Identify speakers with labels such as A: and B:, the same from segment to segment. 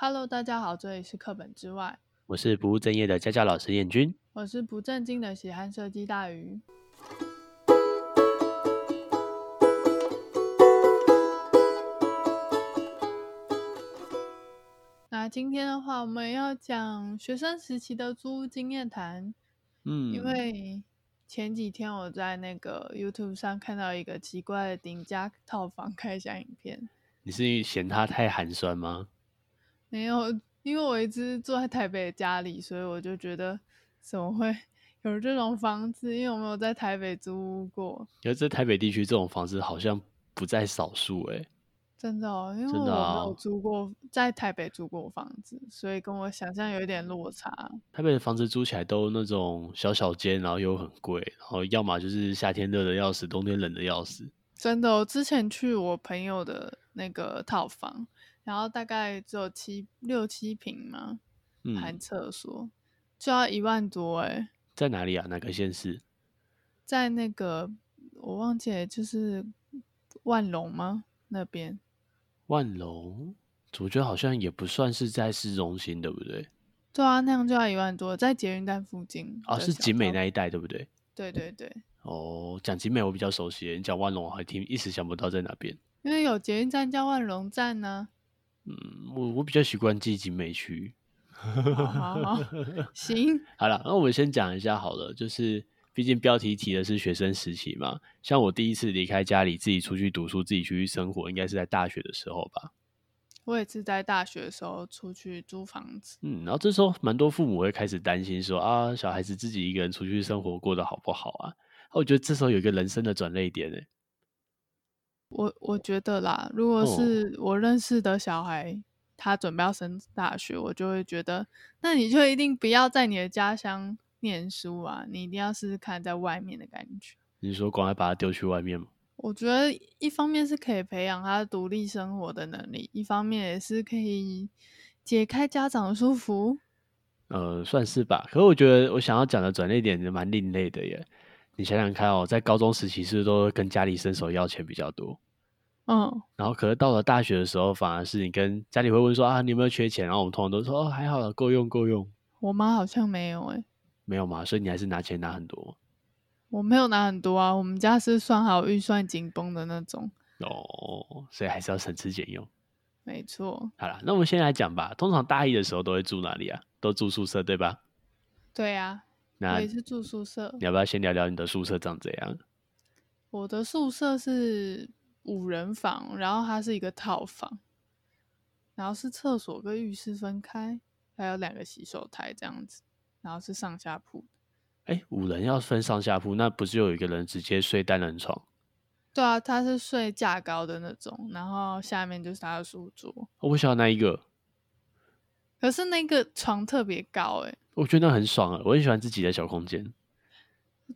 A: Hello，大家好，这里是课本之外，
B: 我是不务正业的家教老师燕君。
A: 我是不正经的喜欢设计大鱼。那今天的话，我们要讲学生时期的租屋经验谈，
B: 嗯
A: 因为前几天我在那个 YouTube 上看到一个奇怪的顶家套房开箱影片，
B: 你是嫌它太寒酸吗？
A: 没有，因为我一直住在台北的家里，所以我就觉得怎么会 有这种房子？因为我没有在台北租屋过，
B: 因为在台北地区这种房子好像不在少数诶、
A: 真的哦，因为
B: 真
A: 我
B: 的
A: 没有
B: 哦
A: 租过在台北租过房子，所以跟我想象有一点落差。
B: 台北的房子租起来都那种小小间，然后又很贵，然后要么就是夏天热的要死，冬天冷的要死。
A: 真的哦，我之前去我朋友的那个套房，然后大概只有七六七平嘛，含
B: 嗯，
A: 厕所就要一万多哎、
B: 在哪里啊？哪个县市？
A: 在那个我忘记了，就是万隆吗？那边。
B: 万隆？我觉得好像也不算是在市中心，对不对？
A: 对啊，那样就要一万多，在捷运站附近
B: 啊，
A: 的
B: 是
A: 小
B: 景美
A: 套
B: 那一带，对不对？
A: 对对对，
B: 哦，讲景美我比较熟悉，你讲万隆我还听一时想不到在哪边。
A: 因为有捷运站叫万隆站 呢、
B: 嗯，我我比较习惯记景美区。
A: 好好行，
B: 好了，那我们先讲一下好了，就是毕竟标题提的是学生时期嘛，像我第一次离开家里自己出去读书、自己出去生活，应该是在大学的时候吧。
A: 我也是在大学的时候出去租房子，
B: 嗯，然后这时候蛮多父母会开始担心说啊，小孩子自己一个人出去生活过得好不好啊？啊我觉得这时候有一个人生的转捩点诶、欸
A: 我我觉得啦，如果
B: 哦
A: 是我认识的小孩，他准备要升大学，我就会觉得，那你就一定不要在你的家乡念书啊，你一定要试试看在外面的感觉。
B: 你是说赶快把他丢去外面吗？
A: 我觉得一方面是可以培养他独立生活的能力，一方面也是可以解开家长的束缚。
B: 呃，算是吧。可是我觉得我想要讲的转捩点蛮另类的耶。你想想看哦，在高中时期是不是都会跟家里伸手要钱比较多？
A: 嗯，
B: 然后可是到了大学的时候，反而是你跟家里会问说啊，你有没有缺钱？然后我们通常都说哦，还好了，够用够用，
A: 我妈好像没有诶、欸
B: 没有嘛，所以你还是拿钱拿很多
A: 我没有拿很多啊，我们家是算好预算紧绷的那种。
B: 哦，所以还是要省吃俭用。
A: 没错，
B: 好啦，那我们先来讲吧。通常大一的时候都会住哪里啊？都住宿舍对吧？
A: 对啊，
B: 那
A: 我也
B: 你
A: 是住宿舍，
B: 要不要先聊聊你的宿舍长怎样？
A: 我的宿舍是五人房，然后它是一个套房，然后是厕所跟浴室分开，还有两个洗手台这样子，然后是上下铺
B: 哎，五人要分上下铺，那不是有一个人直接睡单人床？
A: 对啊，他是睡架高的那种，然后下面就是他的书桌。
B: 我不喜欢那一个，
A: 可是那个床特别高欸诶、
B: 我觉得那很爽啊，我很喜欢自己的小空间。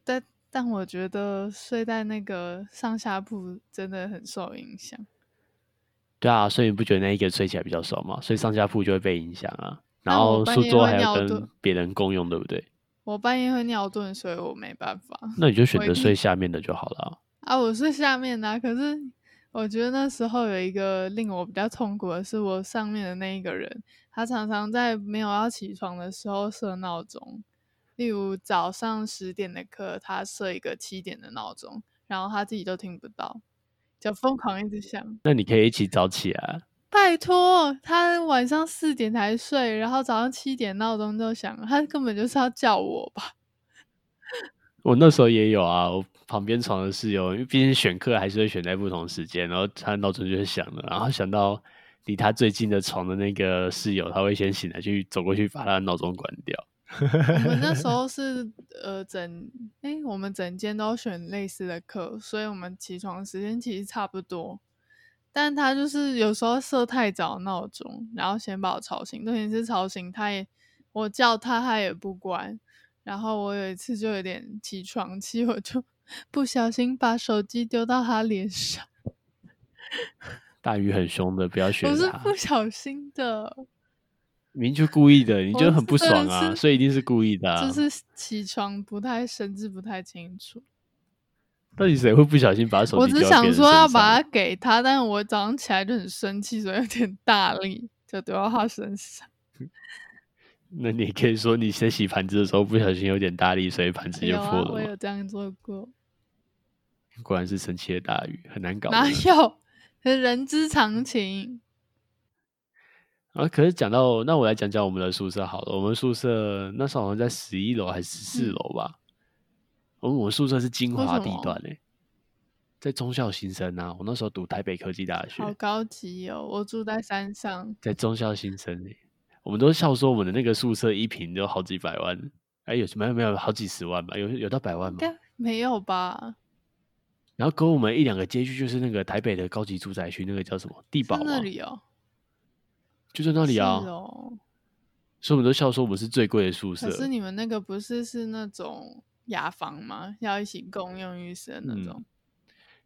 A: 但但我觉得睡在那个上下铺真的很受影响。
B: 对啊，所以你不觉得那一个睡起来比较爽吗？所以上下铺就会被影响啊。然
A: 那我
B: 后
A: 半
B: 书
A: 夜
B: 桌
A: 会
B: 还要
A: 尿
B: 跟
A: 遁
B: 别人共用，对不对？
A: 我半夜会尿遁，所以我没办法。
B: 那你就选
A: 我一
B: 择
A: 定
B: 睡下面的就好了啊。
A: 啊，我睡下面的啊、可是我觉得那时候有一个令我比较痛苦的是，我上面的那一个人，他常常在没有要起床的时候设闹钟，例如早上十点的课，他设一个七点的闹钟，然后他自己都听不到，就疯狂一直响。
B: 那你可以一起早起啊。
A: 拜托，他晚上四点才睡，然后早上七点闹钟就响了，他根本就是要叫我吧。
B: 我那时候也有啊，我旁边床的室友，因为毕竟选课还是会选在不同时间，然后他闹钟就会响了，然后想到离他最近的床的那个室友，他会先醒来去走过去把他的闹钟关掉。
A: 我们那时 候是呃整诶，我们整间都选类似的课，所以我们起床时间其实差不多。但他就是有时候设太早闹钟，然后先把我吵醒，重点是吵醒他也我叫他他也不关。然后我有一次就有点起床气，我就 不小心把手机丢到他脸上，
B: 大鱼很凶的，不要学
A: 我是
B: 他，
A: 不小心的。
B: 明明就故意的，你
A: 我
B: 就很不
A: 真的
B: 爽啊，
A: 是
B: 所以一定是故意的、啊。
A: 就是起床不太神志不太清楚。
B: 到底谁会不小心把手
A: 我
B: 机
A: 只
B: 丢到别
A: 想
B: 人
A: 说要
B: 身上
A: 把它给他，但我早上起来就很生气，所以有点大力。就丢到他身 上。
B: 那你可以说你在洗盘子的时候不小心有点大力，所以盘子就
A: 有
B: 破
A: 啊，
B: 了
A: 我
B: 嘛。
A: 有这样做过，
B: 果然是神奇的大雨，很难搞的。
A: 哪有？可是人之常情。
B: 啊，可是讲到那我来讲讲我们的宿舍好了。我们宿舍那时候好像在十一楼还是十四
A: 嗯
B: 楼吧。我们我们宿舍是精
A: 为
B: 华
A: 什
B: 地
A: 么
B: 段诶、在中校新生啊。我那时候读台北科技大学，
A: 好高级哦！我住在山上，
B: 在中校新生诶、我们都笑说我们的那个宿舍一平就好几百万，哎、有没有没有好几十万吧？有有到百万吗
A: 应？该没有吧？
B: 然后跟我们一两个街区就是那个台北的高级住宅区，那个叫什么地堡
A: 在那
B: 吗？
A: 里哦，
B: 就在那里啊
A: 是。哦。
B: 所以我们都笑说我们是最贵的宿舍
A: 可。是你们那个不是是那种雅房吗？要一起共用浴室的
B: 嗯
A: 那种。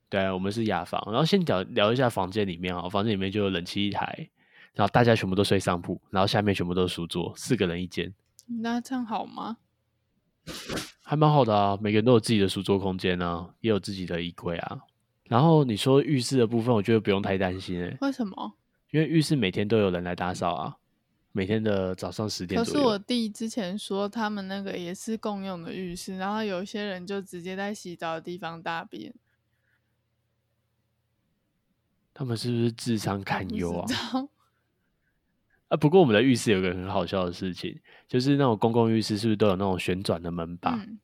B: 对啊，我们是雅房。然后先聊聊一下房间里面啊，房间里面就有冷气一台，然后大家全部都睡上铺，然后下面全部都是书桌，四个人一间，
A: 那这样好吗？
B: 还蛮好的啊。每个人都有自己的书桌空间啊，也有自己的衣柜啊。然后你说浴室的部分，我觉得不用太担心、欸，
A: 为什么？
B: 因为浴室每天都有人来打扫啊，每天的早上十点
A: 可
B: 左
A: 是
B: 右。
A: 我弟之前说他们那个也是共用的浴室，然后有些人就直接在洗澡的地方大便。
B: 他们是不是智商堪忧啊
A: 不知？道
B: 啊，不过我们的浴室有个很好笑的事情，就是那种公共浴室是不是都有那种旋转的门把？
A: 嗯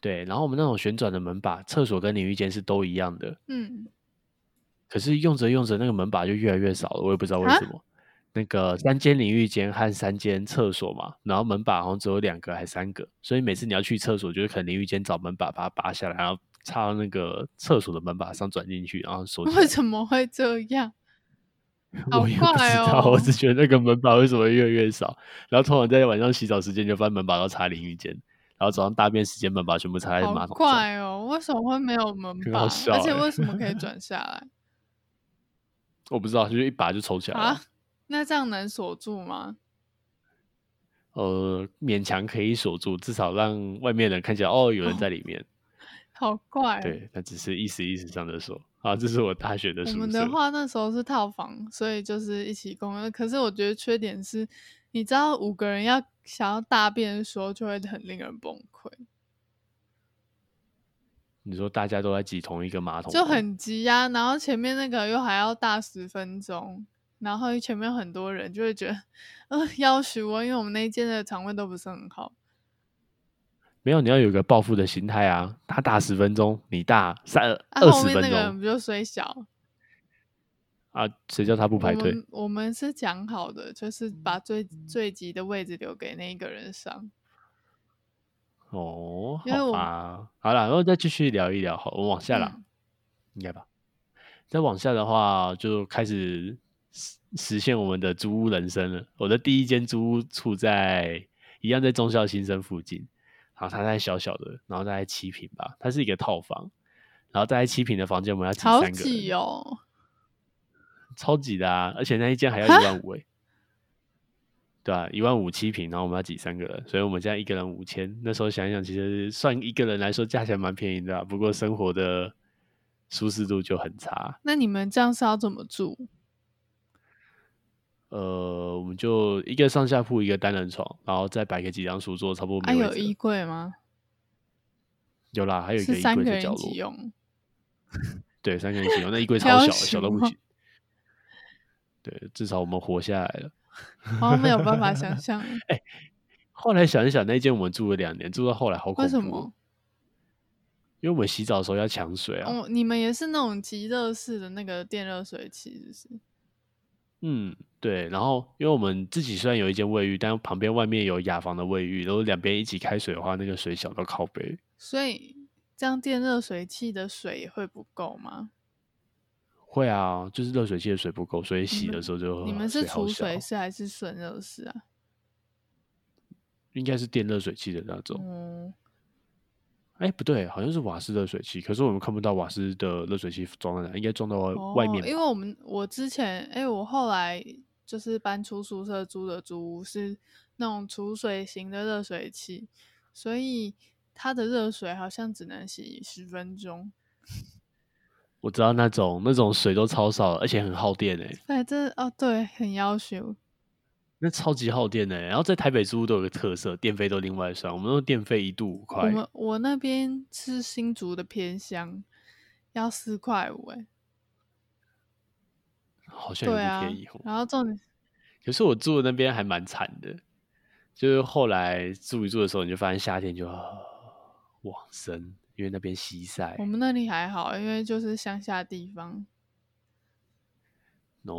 B: 对，然后我们那种旋转的门把，厕所跟淋浴间是都一样的，
A: 嗯，
B: 可是用着用着那个门把就越来越少了，我也不知道为
A: 啊
B: 什么。那个三间淋浴间和三间厕所嘛，然后门把好像只有两个还三个，所以每次你要去厕所，就是可能淋浴间找门把把它拔下来，然后插到那个厕所的门把上转进去，然后锁起来。
A: 为什么会这样？ 好
B: 我也不知
A: 快
B: 道，我
A: 哦
B: 只觉得那个门把为什么越来越少。然后通常在晚上洗澡时间就翻门把到擦淋浴间，然后早上大便时间门把全部插在马
A: 好
B: 桶上。
A: 怪哦！为什么会没有门
B: 很
A: 把？
B: 好
A: 而且
B: 笑欸
A: 为什么 可以转下来
B: 我不知道，就是一把就抽起来了
A: 啊。？那这样能锁住吗？
B: 呃，勉强可以锁住，至少让外面的人看起来哦，有人在里面。
A: 好怪、哦。
B: 对，那只是一时一时上的锁啊。这是我大学的
A: 我
B: 宿
A: 们
B: 舍
A: 的，话那时候是套房，所以就是一起共用。可是我觉得缺点是，你知道五个人要想要大便的时候，就会很令人崩溃，
B: 你说大家都在挤同一个马桶吗，
A: 就很急呀、然后前面那个又还要大十分钟，然后前面很多人就会觉得，呃，要许我，因为我们那一间的肠胃都不是很好。
B: 没有，你要有一个报复的心态啊。他大十分钟，你大三
A: 啊，
B: 二
A: 后
B: 十
A: 面
B: 分
A: 那个人
B: 钟
A: 不就虽小？
B: 啊，谁叫他不
A: 我
B: 排队？嗯
A: 们我们是讲好的，就是把最最急的位置留给那一个人上。
B: 哦，
A: 因为
B: 好
A: 我
B: 吧，好了，然后再继续聊一聊，好，我们往下啦，
A: 嗯
B: 应该吧。再往下的话，就开始实实现我们的租屋人生了。我的第一间租屋处在一样在中校新生附近，然后它在小小的，然后大概七平吧，它是一个套房，然后大概七平的房间我们要挤三
A: 好
B: 个人，
A: 挤哦！
B: 超级 的啊！而且那一间还要
A: 哈
B: 一万五诶，对啊，一万五七平，然后我们要挤三个人，所以我们现在一个人五千。那时候想一想，其实算一个人来说，价钱蛮便宜的、啊，不过生活的舒适度就很差。
A: 那你们这样是要怎么住？
B: 呃，我们就一个上下铺，一个单人床，然后再摆个几张书桌，差不多
A: 啊，
B: 没位
A: 有
B: 置了
A: 衣柜吗？
B: 有啦，还有一个
A: 是
B: 衣
A: 三
B: 柜
A: 个
B: 在
A: 人
B: 角
A: 一
B: 落
A: 起， 用，
B: 对，三个人一起用，那 衣柜
A: 挑
B: 超小，
A: 食
B: 小到不
A: 吗
B: 行。对，至少我们活下来了。
A: 好哦像没有办法想象
B: 后来想一想，那间我们住了两年，住到后来好恐怖。哦
A: 为什么。
B: 因为我们洗澡的时候要抢水啊。
A: 哦，你们也是那种极热式的那个电热水器，是不是？
B: 嗯，对。然后，因为我们自己虽然有一间卫浴，但旁边外面有雅房的卫浴，然后两边一起开水的话，那个水小到靠背。
A: 所以这样电热水器的水也会不够吗？
B: 会啊，就是热水器的水不够，所以洗的
A: 们
B: 时候就
A: 你们是
B: 呃水好
A: 储
B: 小
A: 水式还是顺热式啊？
B: 应该是电热水器的那种。
A: 嗯，
B: 哎、不对，好像是瓦斯热水器，可是我们看不到瓦斯的热水器装在哪，应该装到外
A: 哦，
B: 呃外面吧。
A: 因为我们我之前，哎、我后来就是搬出宿舍租的租屋是那种储水型的热水器，所以它的热水好像只能洗十分钟。
B: 我知道那种那种水都超少，而且很耗电哎、
A: 反正哦，对，很要求。
B: 那超级耗电的、欸然后在台北租屋都有个特色，电费都另外算，我们都电费一度五
A: 我
B: 块，
A: 们我那边是新竹的偏乡，要四块五哎，
B: 好像有
A: 对
B: 点
A: 啊
B: 便宜哦。。
A: 然后重点
B: 可是我住的那边还蛮惨的，就是后来住一住的时候，你就发现夏天就 啊往生，因为那边西晒
A: 我。们那里还好，因为就是乡下地方，
B: 哦，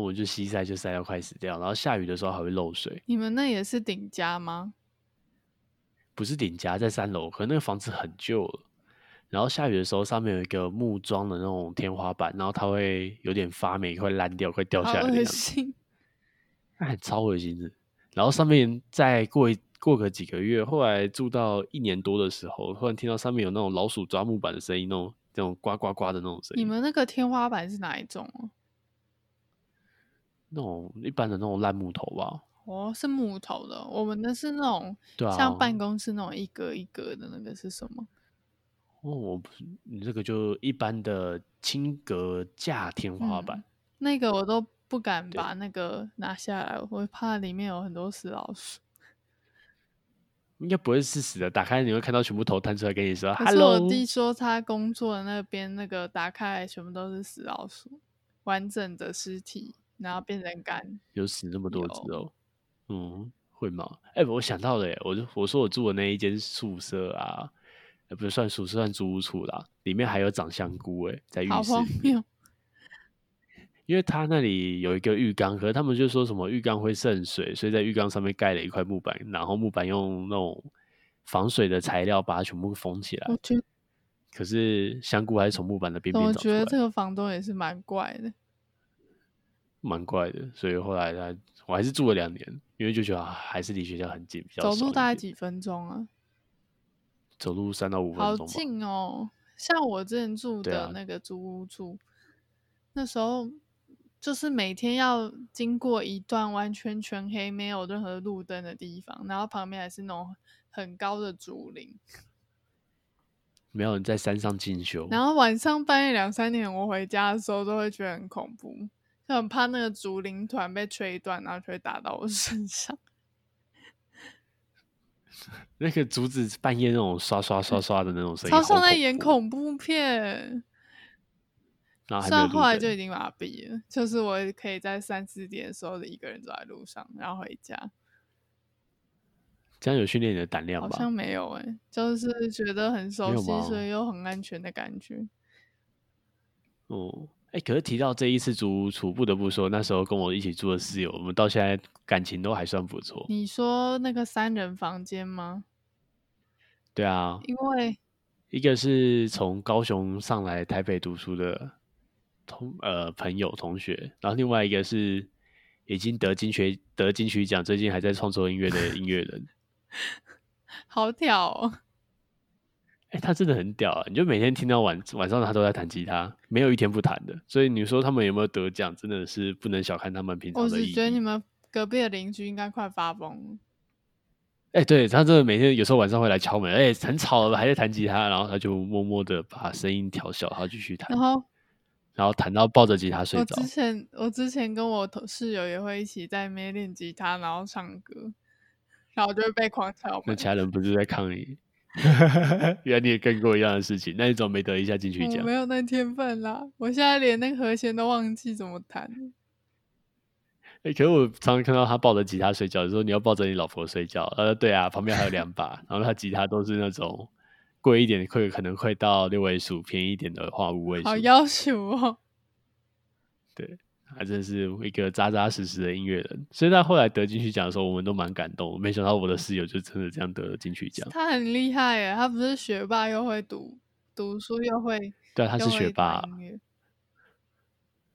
B: 我们就西晒就晒到快死掉，然后下雨的时候还会漏水，
A: 你们那也是顶家吗？
B: 不是顶夹在三楼，可能那个房子很旧了。然后下雨的时候，上面有一个木桩的那种天花板，然后它会有点发霉，快烂掉，快掉
A: 好
B: 下来的样
A: 恶
B: 子。
A: 心！
B: 哎，超恶心的。然后上面再过一过个几个月，后来住到一年多的时候，突然听到上面有那种老鼠抓木板的声音，那种那种呱呱呱的那种声
A: 你
B: 音，
A: 们那个天花板是哪一种哦？
B: 那种一般的那种烂木头吧。
A: 哦，是木头的哦，我们的是那种
B: 对啊，
A: 像办公室那种一格一格的那个是什么？
B: 哦，我不是你这个就一般的轻隔架天
A: 嗯
B: 花板，
A: 那个我都不敢
B: 对
A: 把那个拿下来，我会怕里面有很多死老 鼠。
B: 应该不会是死的。打开你会看到全部头探出来，跟你说
A: 可是我
B: “hello”。
A: 弟说他工作的那边那个打开来全部都是死老鼠，完整的尸体，然后变成干。
B: 有死那么多只
A: 有
B: 哦。嗯，会吗？哎、我想到了耶，我就我说我住的那一间宿舍啊，呃不是算宿舍，算租屋处啦，里面还有长香菇哎，在浴
A: 好
B: 室
A: 荒
B: 里面，
A: 谬！
B: 因为他那里有一个浴缸，可是他们就说什么浴缸会渗水，所以在浴缸上面盖了一块木板，然后木板用那种防水的材料把它全部封起来
A: 我。觉得，
B: 可是香菇还是从木板的边边
A: 我
B: 长出
A: 觉得
B: 来，
A: 这个房东也是蛮怪的。
B: 蛮怪的。所以后来他我还是住了两年，因为就觉得、啊、还是离学校很近，比较
A: 走
B: 熟
A: 路
B: 一
A: 大概
B: 点
A: 几分钟啊？
B: 走路三到五分
A: 好
B: 钟吧。
A: 近哦！像我之前住
B: 对啊
A: 的那个租屋住，那时候就是每天要经过一段完全全黑、没有任何路灯的地方，然后旁边还是那种很高的竹林，
B: 没有人在山上进修，
A: 然后晚上半夜两三点我回家的时候都会觉得很恐怖，就很怕那个竹林突然被吹断，然后就会打到我身上。
B: 那个竹子半夜那种刷刷刷刷的那种声音，
A: 嗯超
B: 哦好
A: 像在
B: 恐
A: 演
B: 怖，
A: 恐怖片，
B: 然后还
A: 虽
B: 没有
A: 然
B: 路
A: 后来
B: 灯
A: 就已经麻痹了，就是我也可以在三四点的时候一个人走在路上，然后回家，
B: 这样有训练你的胆量
A: 好
B: 吧？
A: 像没有哎、就是觉得很熟
B: 没有
A: 悉，
B: 吗
A: 所以又很安全的感觉。
B: 哦，哎、可是提到这一次租屋处，不得不说那时候跟我一起住的室友，我们到现在感情都还算不错。
A: 你说那个三人房间吗？
B: 对啊，
A: 因为
B: 一个是从高雄上来台北读书的同呃朋友同学，然后另外一个是已经得金曲得金曲奖，最近还在创作音乐的音乐人。
A: 好挑、哦，
B: 哎、他真的很屌啊！你就每天听到晚晚上他都在弹吉他，没有一天不弹的。所以你说他们有没有得奖，真的是不能小看他们 平常
A: 我
B: 的
A: 只
B: 意义。
A: 觉得你们隔壁的邻居应该快发疯了。
B: 哎、对他真的每天有时候晚上会来敲门，哎、很吵了还在弹吉他，然后他就默默的把声音调小，然后继续弹
A: 然，后
B: 然后弹到抱着吉他哎睡
A: 我
B: 着
A: 之。前我之前跟我同室友也会一起在那边练吉他，然后唱歌，然后就会被狂敲
B: 那
A: 门。
B: 其他人不是在抗议？ 原来你也干过一样的事情，那你怎么没得一下进去
A: 我
B: 奖
A: 没？有那天分啦，我现在连那个和弦都忘记怎么弹了。
B: 哎、可是我常常看到他抱着吉他睡觉，就说你要抱着你老婆睡觉。他说对啊，旁边还有两把，然后他吉他都是那种贵一点，会可能会到六位数，便宜一点的话五位数
A: 好。要求哦，
B: 他真是一个扎扎实实的音乐人，所以他后来得金曲奖的时候，我们都蛮感动。没想到我的室友就真的这样得了金曲奖。
A: 他很厉害耶！他不是学霸，又会读读书，又会
B: 对啊，他
A: 又
B: 是
A: 会
B: 学霸
A: 弹，音乐。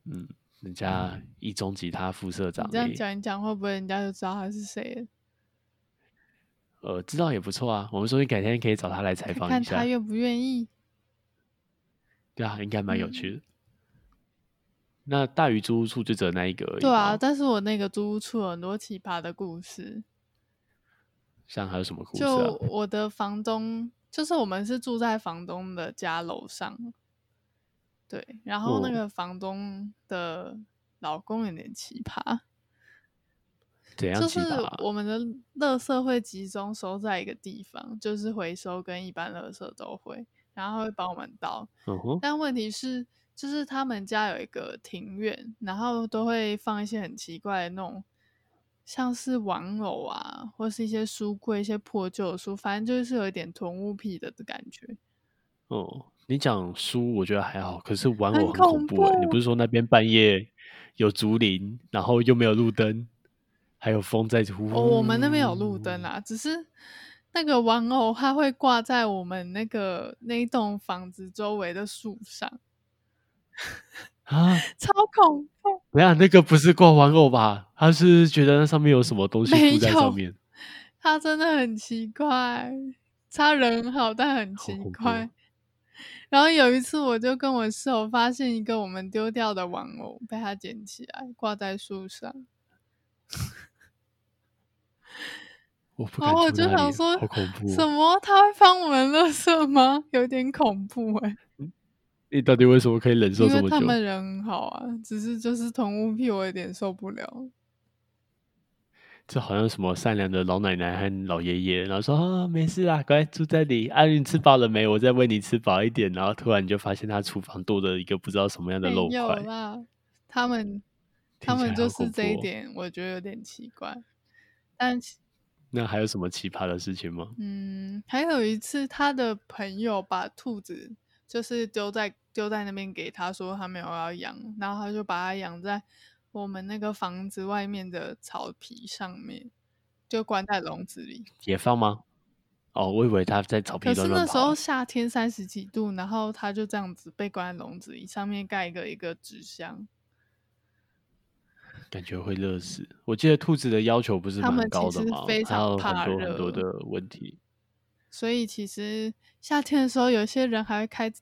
B: 嗯，人家一中吉他副社长
A: 你这样
B: 欸
A: 讲一讲，会不会人家就知道他是谁了？
B: 呃，知道也不错啊。我们说你改天可以找他来采
A: 看
B: 访
A: 看
B: 一下
A: 他，愿不愿意。
B: 对啊，应该蛮有
A: 嗯
B: 趣的。那大鱼租屋处就只有那一个而已
A: 对啊，
B: 吗
A: 但是我那个租屋处有很多奇葩的故事。
B: 像还有什么故事啊
A: 就？我的房东，就是我们是住在房东的家楼上，对，然后
B: 哦
A: 那个房东的老公有点奇葩，
B: 怎样
A: 就是
B: 奇葩啊？
A: 我们的垃圾会集中收在一个地方，就是回收跟一般垃圾都会，然后他会帮我们倒。
B: 嗯哼，
A: 但问题是，就是他们家有一个庭院，然后都会放一些很奇怪的那种，像是玩偶啊，或是一些书柜、一些破旧的书，反正就是有一点囤物癖的感觉。
B: 哦，你讲书我觉得还好，可是玩
A: 很
B: 偶很恐
A: 恐
B: 怖欸你
A: 怖
B: 不是说那边半夜有竹林，然后又没有路灯，还有风在呼？
A: 哦，我们那边有路灯啊啦，只是那个玩偶它会挂在我们那个那一栋房子周围的树上，
B: 啊！
A: 超恐怖。
B: 等一下那个不是挂玩偶吧？他是觉得那上面有什么东西
A: 没
B: 附在
A: 有
B: 上面。
A: 他真的很奇怪，他人好但很
B: 好
A: 奇
B: 恐怖哦
A: 怪。然后有一次，我就跟我室友发现一个我们丢掉的玩偶被他捡起来挂在树上，
B: 我不
A: 然
B: 敢
A: 后我
B: 住
A: 就
B: 那里
A: 想
B: 耶
A: 说
B: 好恐怖、
A: 什
B: 哦！
A: 么？他会翻我们垃圾吗？有点恐怖哎、
B: 你到底为什么可以忍受
A: 因
B: 这
A: 为
B: 么
A: 他
B: 久？
A: 们人很好啊，只是就是同物癖，我有点受不了。
B: 这好像什么善良的老奶奶和老爷爷，然后说啊没事啦，赶快住这里。啊，你吃饱了没？我再喂你吃饱一点。然后突然你就发现他厨房多了一个不知道什么样的
A: 没
B: 肉
A: 有
B: 块，
A: 啦，他们他
B: 听起
A: 们
B: 来
A: 就
B: 好
A: 是
B: 恐
A: 这一
B: 怖哦
A: 点，我觉得有点奇怪。但其
B: 那还有什么奇葩的事情吗？
A: 嗯，还有一次，他的朋友把兔子就是丢在丢在那边给他说他没有要养，然后他就把它养在我们那个房子外面的草皮上面，就关在笼子里。
B: 野放吗？哦，我以为他在草皮
A: 可
B: 乱
A: 是
B: 乱
A: 那时候
B: 跑。
A: 夏天三十几度，然后他就这样子被关在笼子里，上面盖一个一个纸箱。
B: 感觉会热死。我记得兔子的要求不是
A: 它
B: 蛮
A: 们
B: 高
A: 其
B: 的
A: 实
B: 嘛，
A: 非
B: 还
A: 常
B: 有很
A: 怕
B: 多很多
A: 热
B: 的问题。
A: 所以其实夏天的时候，有些人还会开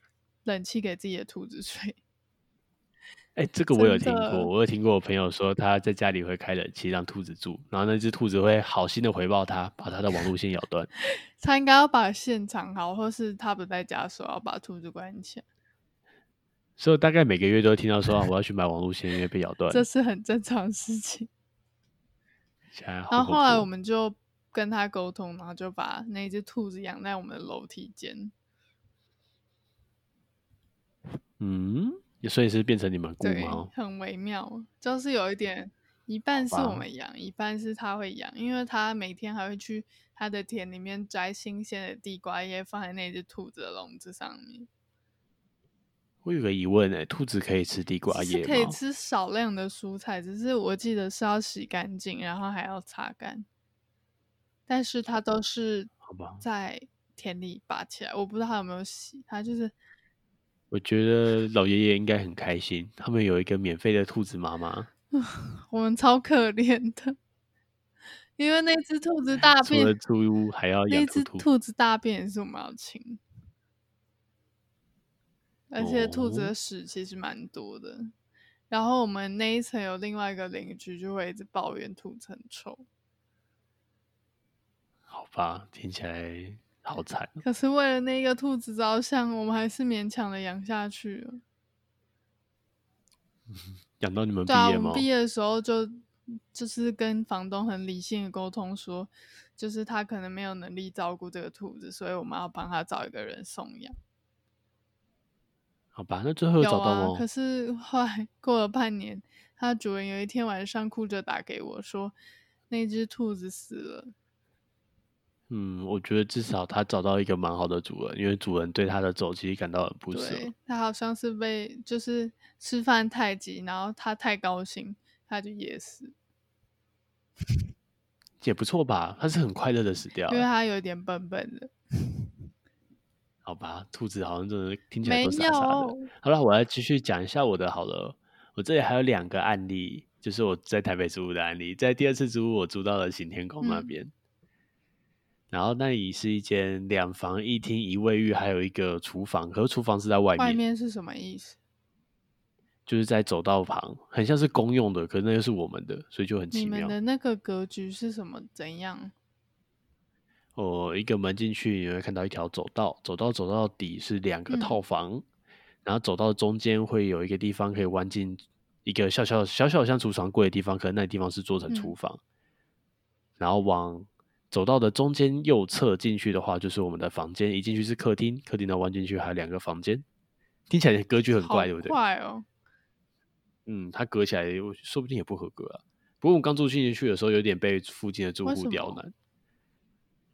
A: 冷气给自己的兔子吹。
B: 哎、这个我有
A: 真
B: 听过，
A: 的
B: 我有听过我朋友说他在家里会开冷气让兔子住，然后那只兔子会好心的回报他，把他的网路线咬断。
A: 他应该要把现场好，或是他不在家的时候要把兔子关起来，
B: 所以我大概每个月都会听到说、啊、我要去买网路线，因为被咬断。
A: 这是很正常的事情。
B: 现在好
A: 然后
B: 恐
A: 后来
B: 怖
A: 我们就跟他沟通，然后就把那只兔子养在我们的楼梯间。
B: 嗯，所以是变成你们姑
A: 对
B: 妈，
A: 很微妙，就是有一点，一半是
B: 吧
A: 我们养，一半是他会养，因为他每天还会去他的田里面摘新鲜的地瓜叶，放在那只兔子的笼子上面。
B: 我有个疑问哎、兔子可以吃地瓜
A: 是
B: 叶
A: 可以
B: 吗？
A: 吃少量的蔬菜，只是我记得是要洗干净，然后还要擦干。但是它都是
B: 好吧，
A: 在田里拔起来，我不知道它有没有洗，它就是
B: 我觉得老爷爷应该很开心，他们有一个免费的兔子妈妈。
A: 我们超可怜的，因为那只兔子大
B: 除了
A: 便，
B: 猪还要
A: 那
B: 养
A: 只
B: 兔兔
A: 兔子大便也是我们要清，而且兔子
B: 哦
A: 的屎其实蛮多的。然后我们那一层有另外一个邻居就会一直抱怨兔子很臭。
B: 好吧，听起来好惨哦。
A: 可是为了那个兔子着想，我们还是勉强的养下去了。
B: 养到你们毕
A: 对啊，
B: 业
A: 我们
B: 吗？
A: 毕业的时候就就是跟房东很理性的沟通说，就是他可能没有能力照顾这个兔子，所以我们要帮他找一个人送养。
B: 好吧，那最后有
A: 有
B: 找到
A: 啊，
B: 吗？
A: 可是后来过了半年，它主人有一天晚上哭着打给我说，那只兔子死了。
B: 嗯，我觉得至少他找到一个蛮好的主人，因为主人对他的走其实感到很不舍。
A: 对，它好像是被就是吃饭太急，然后它太高兴，它就噎死了。
B: 也不错吧，他是很快乐的死掉
A: 因为
B: 欸。
A: 它有点笨笨的。
B: 好吧，兔子好像真的听起来
A: 没
B: 都傻傻的。
A: 有，
B: 好了，我来继续讲一下我的好了。我这里还有两个案例，就是我在台北租屋的案例，在第二次租屋我租到了行天宫那
A: 嗯
B: 边。然后那里是一间两房一厅一卫浴，还有一个厨房，可是厨房是在外面，
A: 外面是什么意思？
B: 就是在走道旁，很像是公用的，可是那又是我们的，所以就很
A: 你
B: 奇
A: 们
B: 妙。
A: 的那个格局是什么？怎样？
B: 哦，一个门进去你会看到一条走道，走道走到底是两个
A: 嗯
B: 套房，然后走到中间会有一个地方可以弯进一个小小小小像储藏柜的地方，可能那地方是做成厨
A: 嗯
B: 房。然后往走道的中间右侧进去的话，就是我们的房间，一进去是客厅，客厅的弯进去还有两个房间，听起来格局很
A: 好
B: 怪，对不对？
A: 快哦，
B: 嗯，它隔起来我说不定也不合格啊。不过我刚住进去的时候，有点被附近的住
A: 为
B: 户
A: 什
B: 刁
A: 么
B: 难，因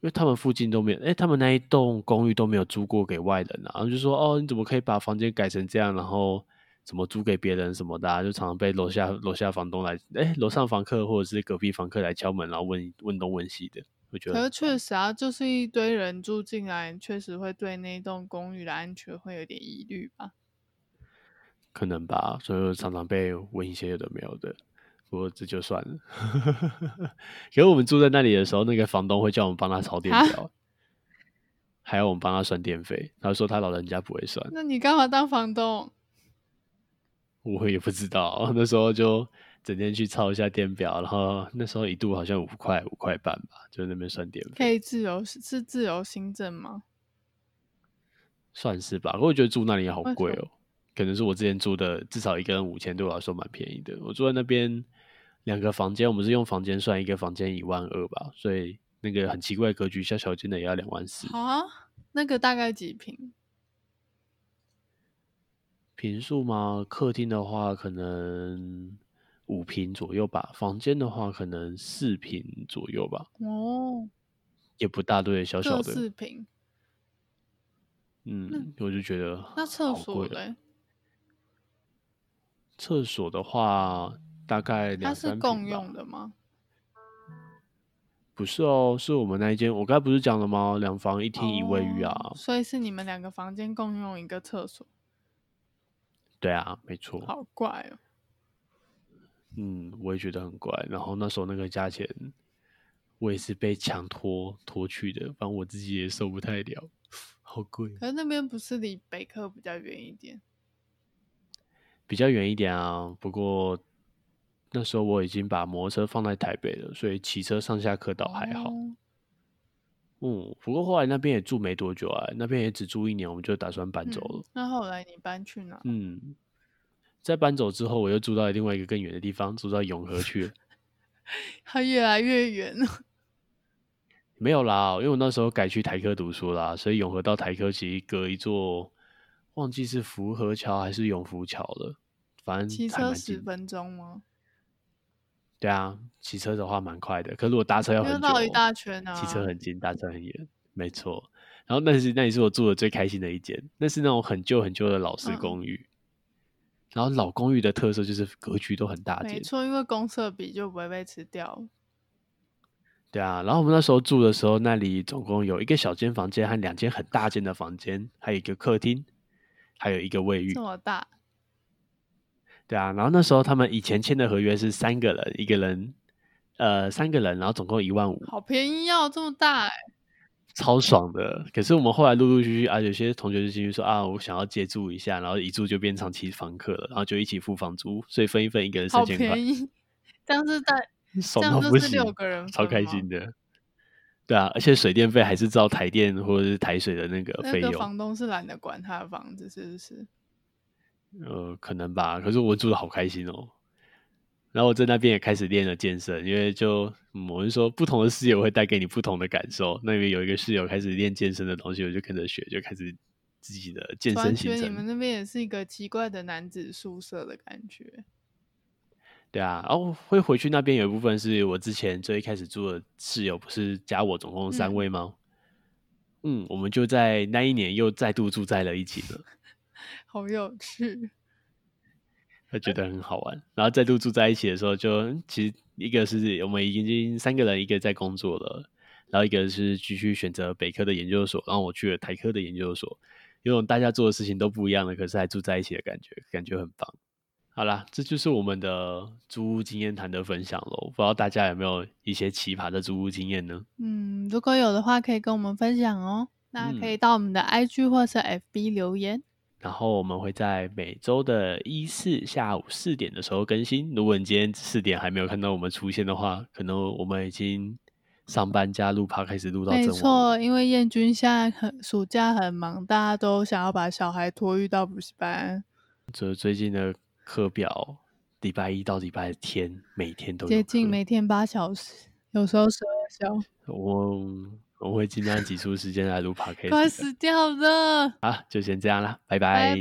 B: 为他们附近都没有，哎、他们那一栋公寓都没有租过给外人啊，然后就说哦，你怎么可以把房间改成这样，然后怎么租给别人什么的、啊，就常常被楼下楼下房东来，哎、楼上房客或者是隔壁房客来敲门，然后问问东问西的，我觉
A: 可
B: 得
A: 是确实啊，就是一堆人住进来，确实会对那一栋公寓的安全会有点疑虑吧。
B: 可能吧，所以我常常被问一些有的没有的。不过这就算了。 可是我们住在那里的时候，那个房东会叫我们帮他抄电
A: 啊
B: 表，还要我们帮他算电费。他说他老人家不会算，
A: 那你干嘛当房
B: 嗯
A: 东？
B: 我也不知道。 那时候就整天去抄一下电表，然后那时候一度好像五块五块半吧，就在那边算电
A: 可
B: 费，
A: 以自由是自由新政吗？
B: 算是吧。可我觉得住那里也好
A: 为什
B: 贵
A: 么
B: 哦，可能是我之前住的，至少一个人五千，对我来说蛮便宜的。我住在那边两个房间，我们是用房间算，一个房间一万二吧，所以那个很奇怪的格局，小小间的也要两万四。
A: 啊，那个大概几平？
B: 平数吗？客厅的话可能五平左右吧，房间的话可能四平左右吧，
A: 哦，
B: 也不大，对，小小
A: 各
B: 的。
A: 四平。
B: 嗯，我就觉得
A: 那厕
B: 好
A: 所
B: 贵哦
A: 嘞？
B: 厕所的话大概
A: 它
B: 两
A: 是
B: 三
A: 共
B: 平吧
A: 用的吗？
B: 不是哦，是我们那一间，我刚才不是讲了吗？两房一厅一卫浴啊，
A: 哦所以是你们两个房间共用一个厕所，
B: 对啊，没错。
A: 好怪哦。
B: 嗯，我也觉得很怪。然后那时候那个价钱，我也是被强拖拖去的，反正我自己也受不太了，好贵哦。
A: 可是那边不是离北科比较远一点？
B: 比较远一点啊，不过那时候我已经把摩托车放在台北了，所以骑车上下课倒还好。
A: 哦
B: 嗯，不过后来那边也住没多久啊，那边也只住一年，我们就打算搬走了
A: 嗯。。那后来你搬去哪？
B: 嗯，在搬走之后，我又住到另外一个更远的地方，住到永和去了。
A: 它越来越远了。
B: 没有啦，因为我那时候改去台科读书啦，所以永和到台科其实隔一座，忘记是福和桥还是永福桥了，反 正
A: 骑
B: 还嗯蛮
A: 车
B: 近
A: 十。分钟吗？
B: 对啊，骑车的话蛮快的，可是我搭车要
A: 因为
B: 很久、
A: 绕
B: 哦。
A: 一大圈啊。
B: 骑车很近，搭车很远，没错。然后那是那也是我住的最开心的一间，那是那种很旧很旧的老式
A: 嗯
B: 公寓。然后老公寓的特色就是格局都很大
A: 没
B: 间，
A: 错，因为公社比就不会被吃掉。
B: 对啊。然后我们那时候住的时候，那里总共有一个小间房间和两间很大间的房间，还有一个客厅，还有一个卫浴
A: 这。么大，
B: 对啊，然后那时候他们以前签的合约是三个人，一个人，呃，三个人，然后总共一万五，
A: 好便宜哦，这么大、欸，
B: 超爽的。可是我们后来陆陆续续啊，有些同学就进去说啊，我想要借住一下，然后一住就变长期房客了，然后就一起付房租，所以分一份一个人
A: 好
B: 三千块
A: 便，宜。这样是在这
B: 爽到
A: 样
B: 不
A: 就是
B: 行，
A: 六个人，
B: 超开心。的。对啊，而且水电费还是照台电或者是台水的那个
A: 那
B: 费
A: 个
B: 用，
A: 房东是懒得管他的房子，是不是？
B: 呃，可能吧。可是我住的好开心哦。然后我在那边也开始练了健身，因为就、嗯、我是说，不同的室友会带给你不同的感受。那边有一个室友开始练健身的东西，我就跟着学，就开始自己的健
A: 突然
B: 身
A: 觉
B: 行
A: 得你
B: 程。
A: 们那边也是一个奇怪的男子宿舍的感觉。
B: 对啊，然后会回去那边有一部分是我之前最一开始住的室友，不是加我总共三
A: 嗯
B: 位吗？嗯，我们就在那一年又再度住在了一起了，
A: 好有趣，
B: 会觉得很好玩。然后再度住在一起的时候就，其实一个是我们已经三个人，一个在工作了，然后一个是继续选择北科的研究所，然后我去了台科的研究所，有种大家做的事情都不一样了，可是还住在一起的感觉，感觉很棒。好啦，这就是我们的租屋经验谈的分享喽。不知道大家有没有一些奇葩的租屋经验呢？
A: 嗯，如果有的话可以跟我们分享哦。那可以
B: 嗯
A: 到我们的 IG 或是 FB 留言。
B: 然后我们会在每周的一四下午四点的时候更新。如果你今天四点还没有看到我们出现的话，可能我们已经上班加录趴开始录到
A: 没
B: 正晚。
A: 错，因为燕君现在很暑假很忙，大家都想要把小孩托育到补习班。
B: 这最近的课表，礼拜一到礼拜天每天都有
A: 接近
B: 课
A: 每天八小时，有时候十二小时，
B: 我我会尽量挤出时间来录 p o d c
A: 快
B: a s
A: 死掉了！
B: 啊，就先这样啦，
A: 拜拜。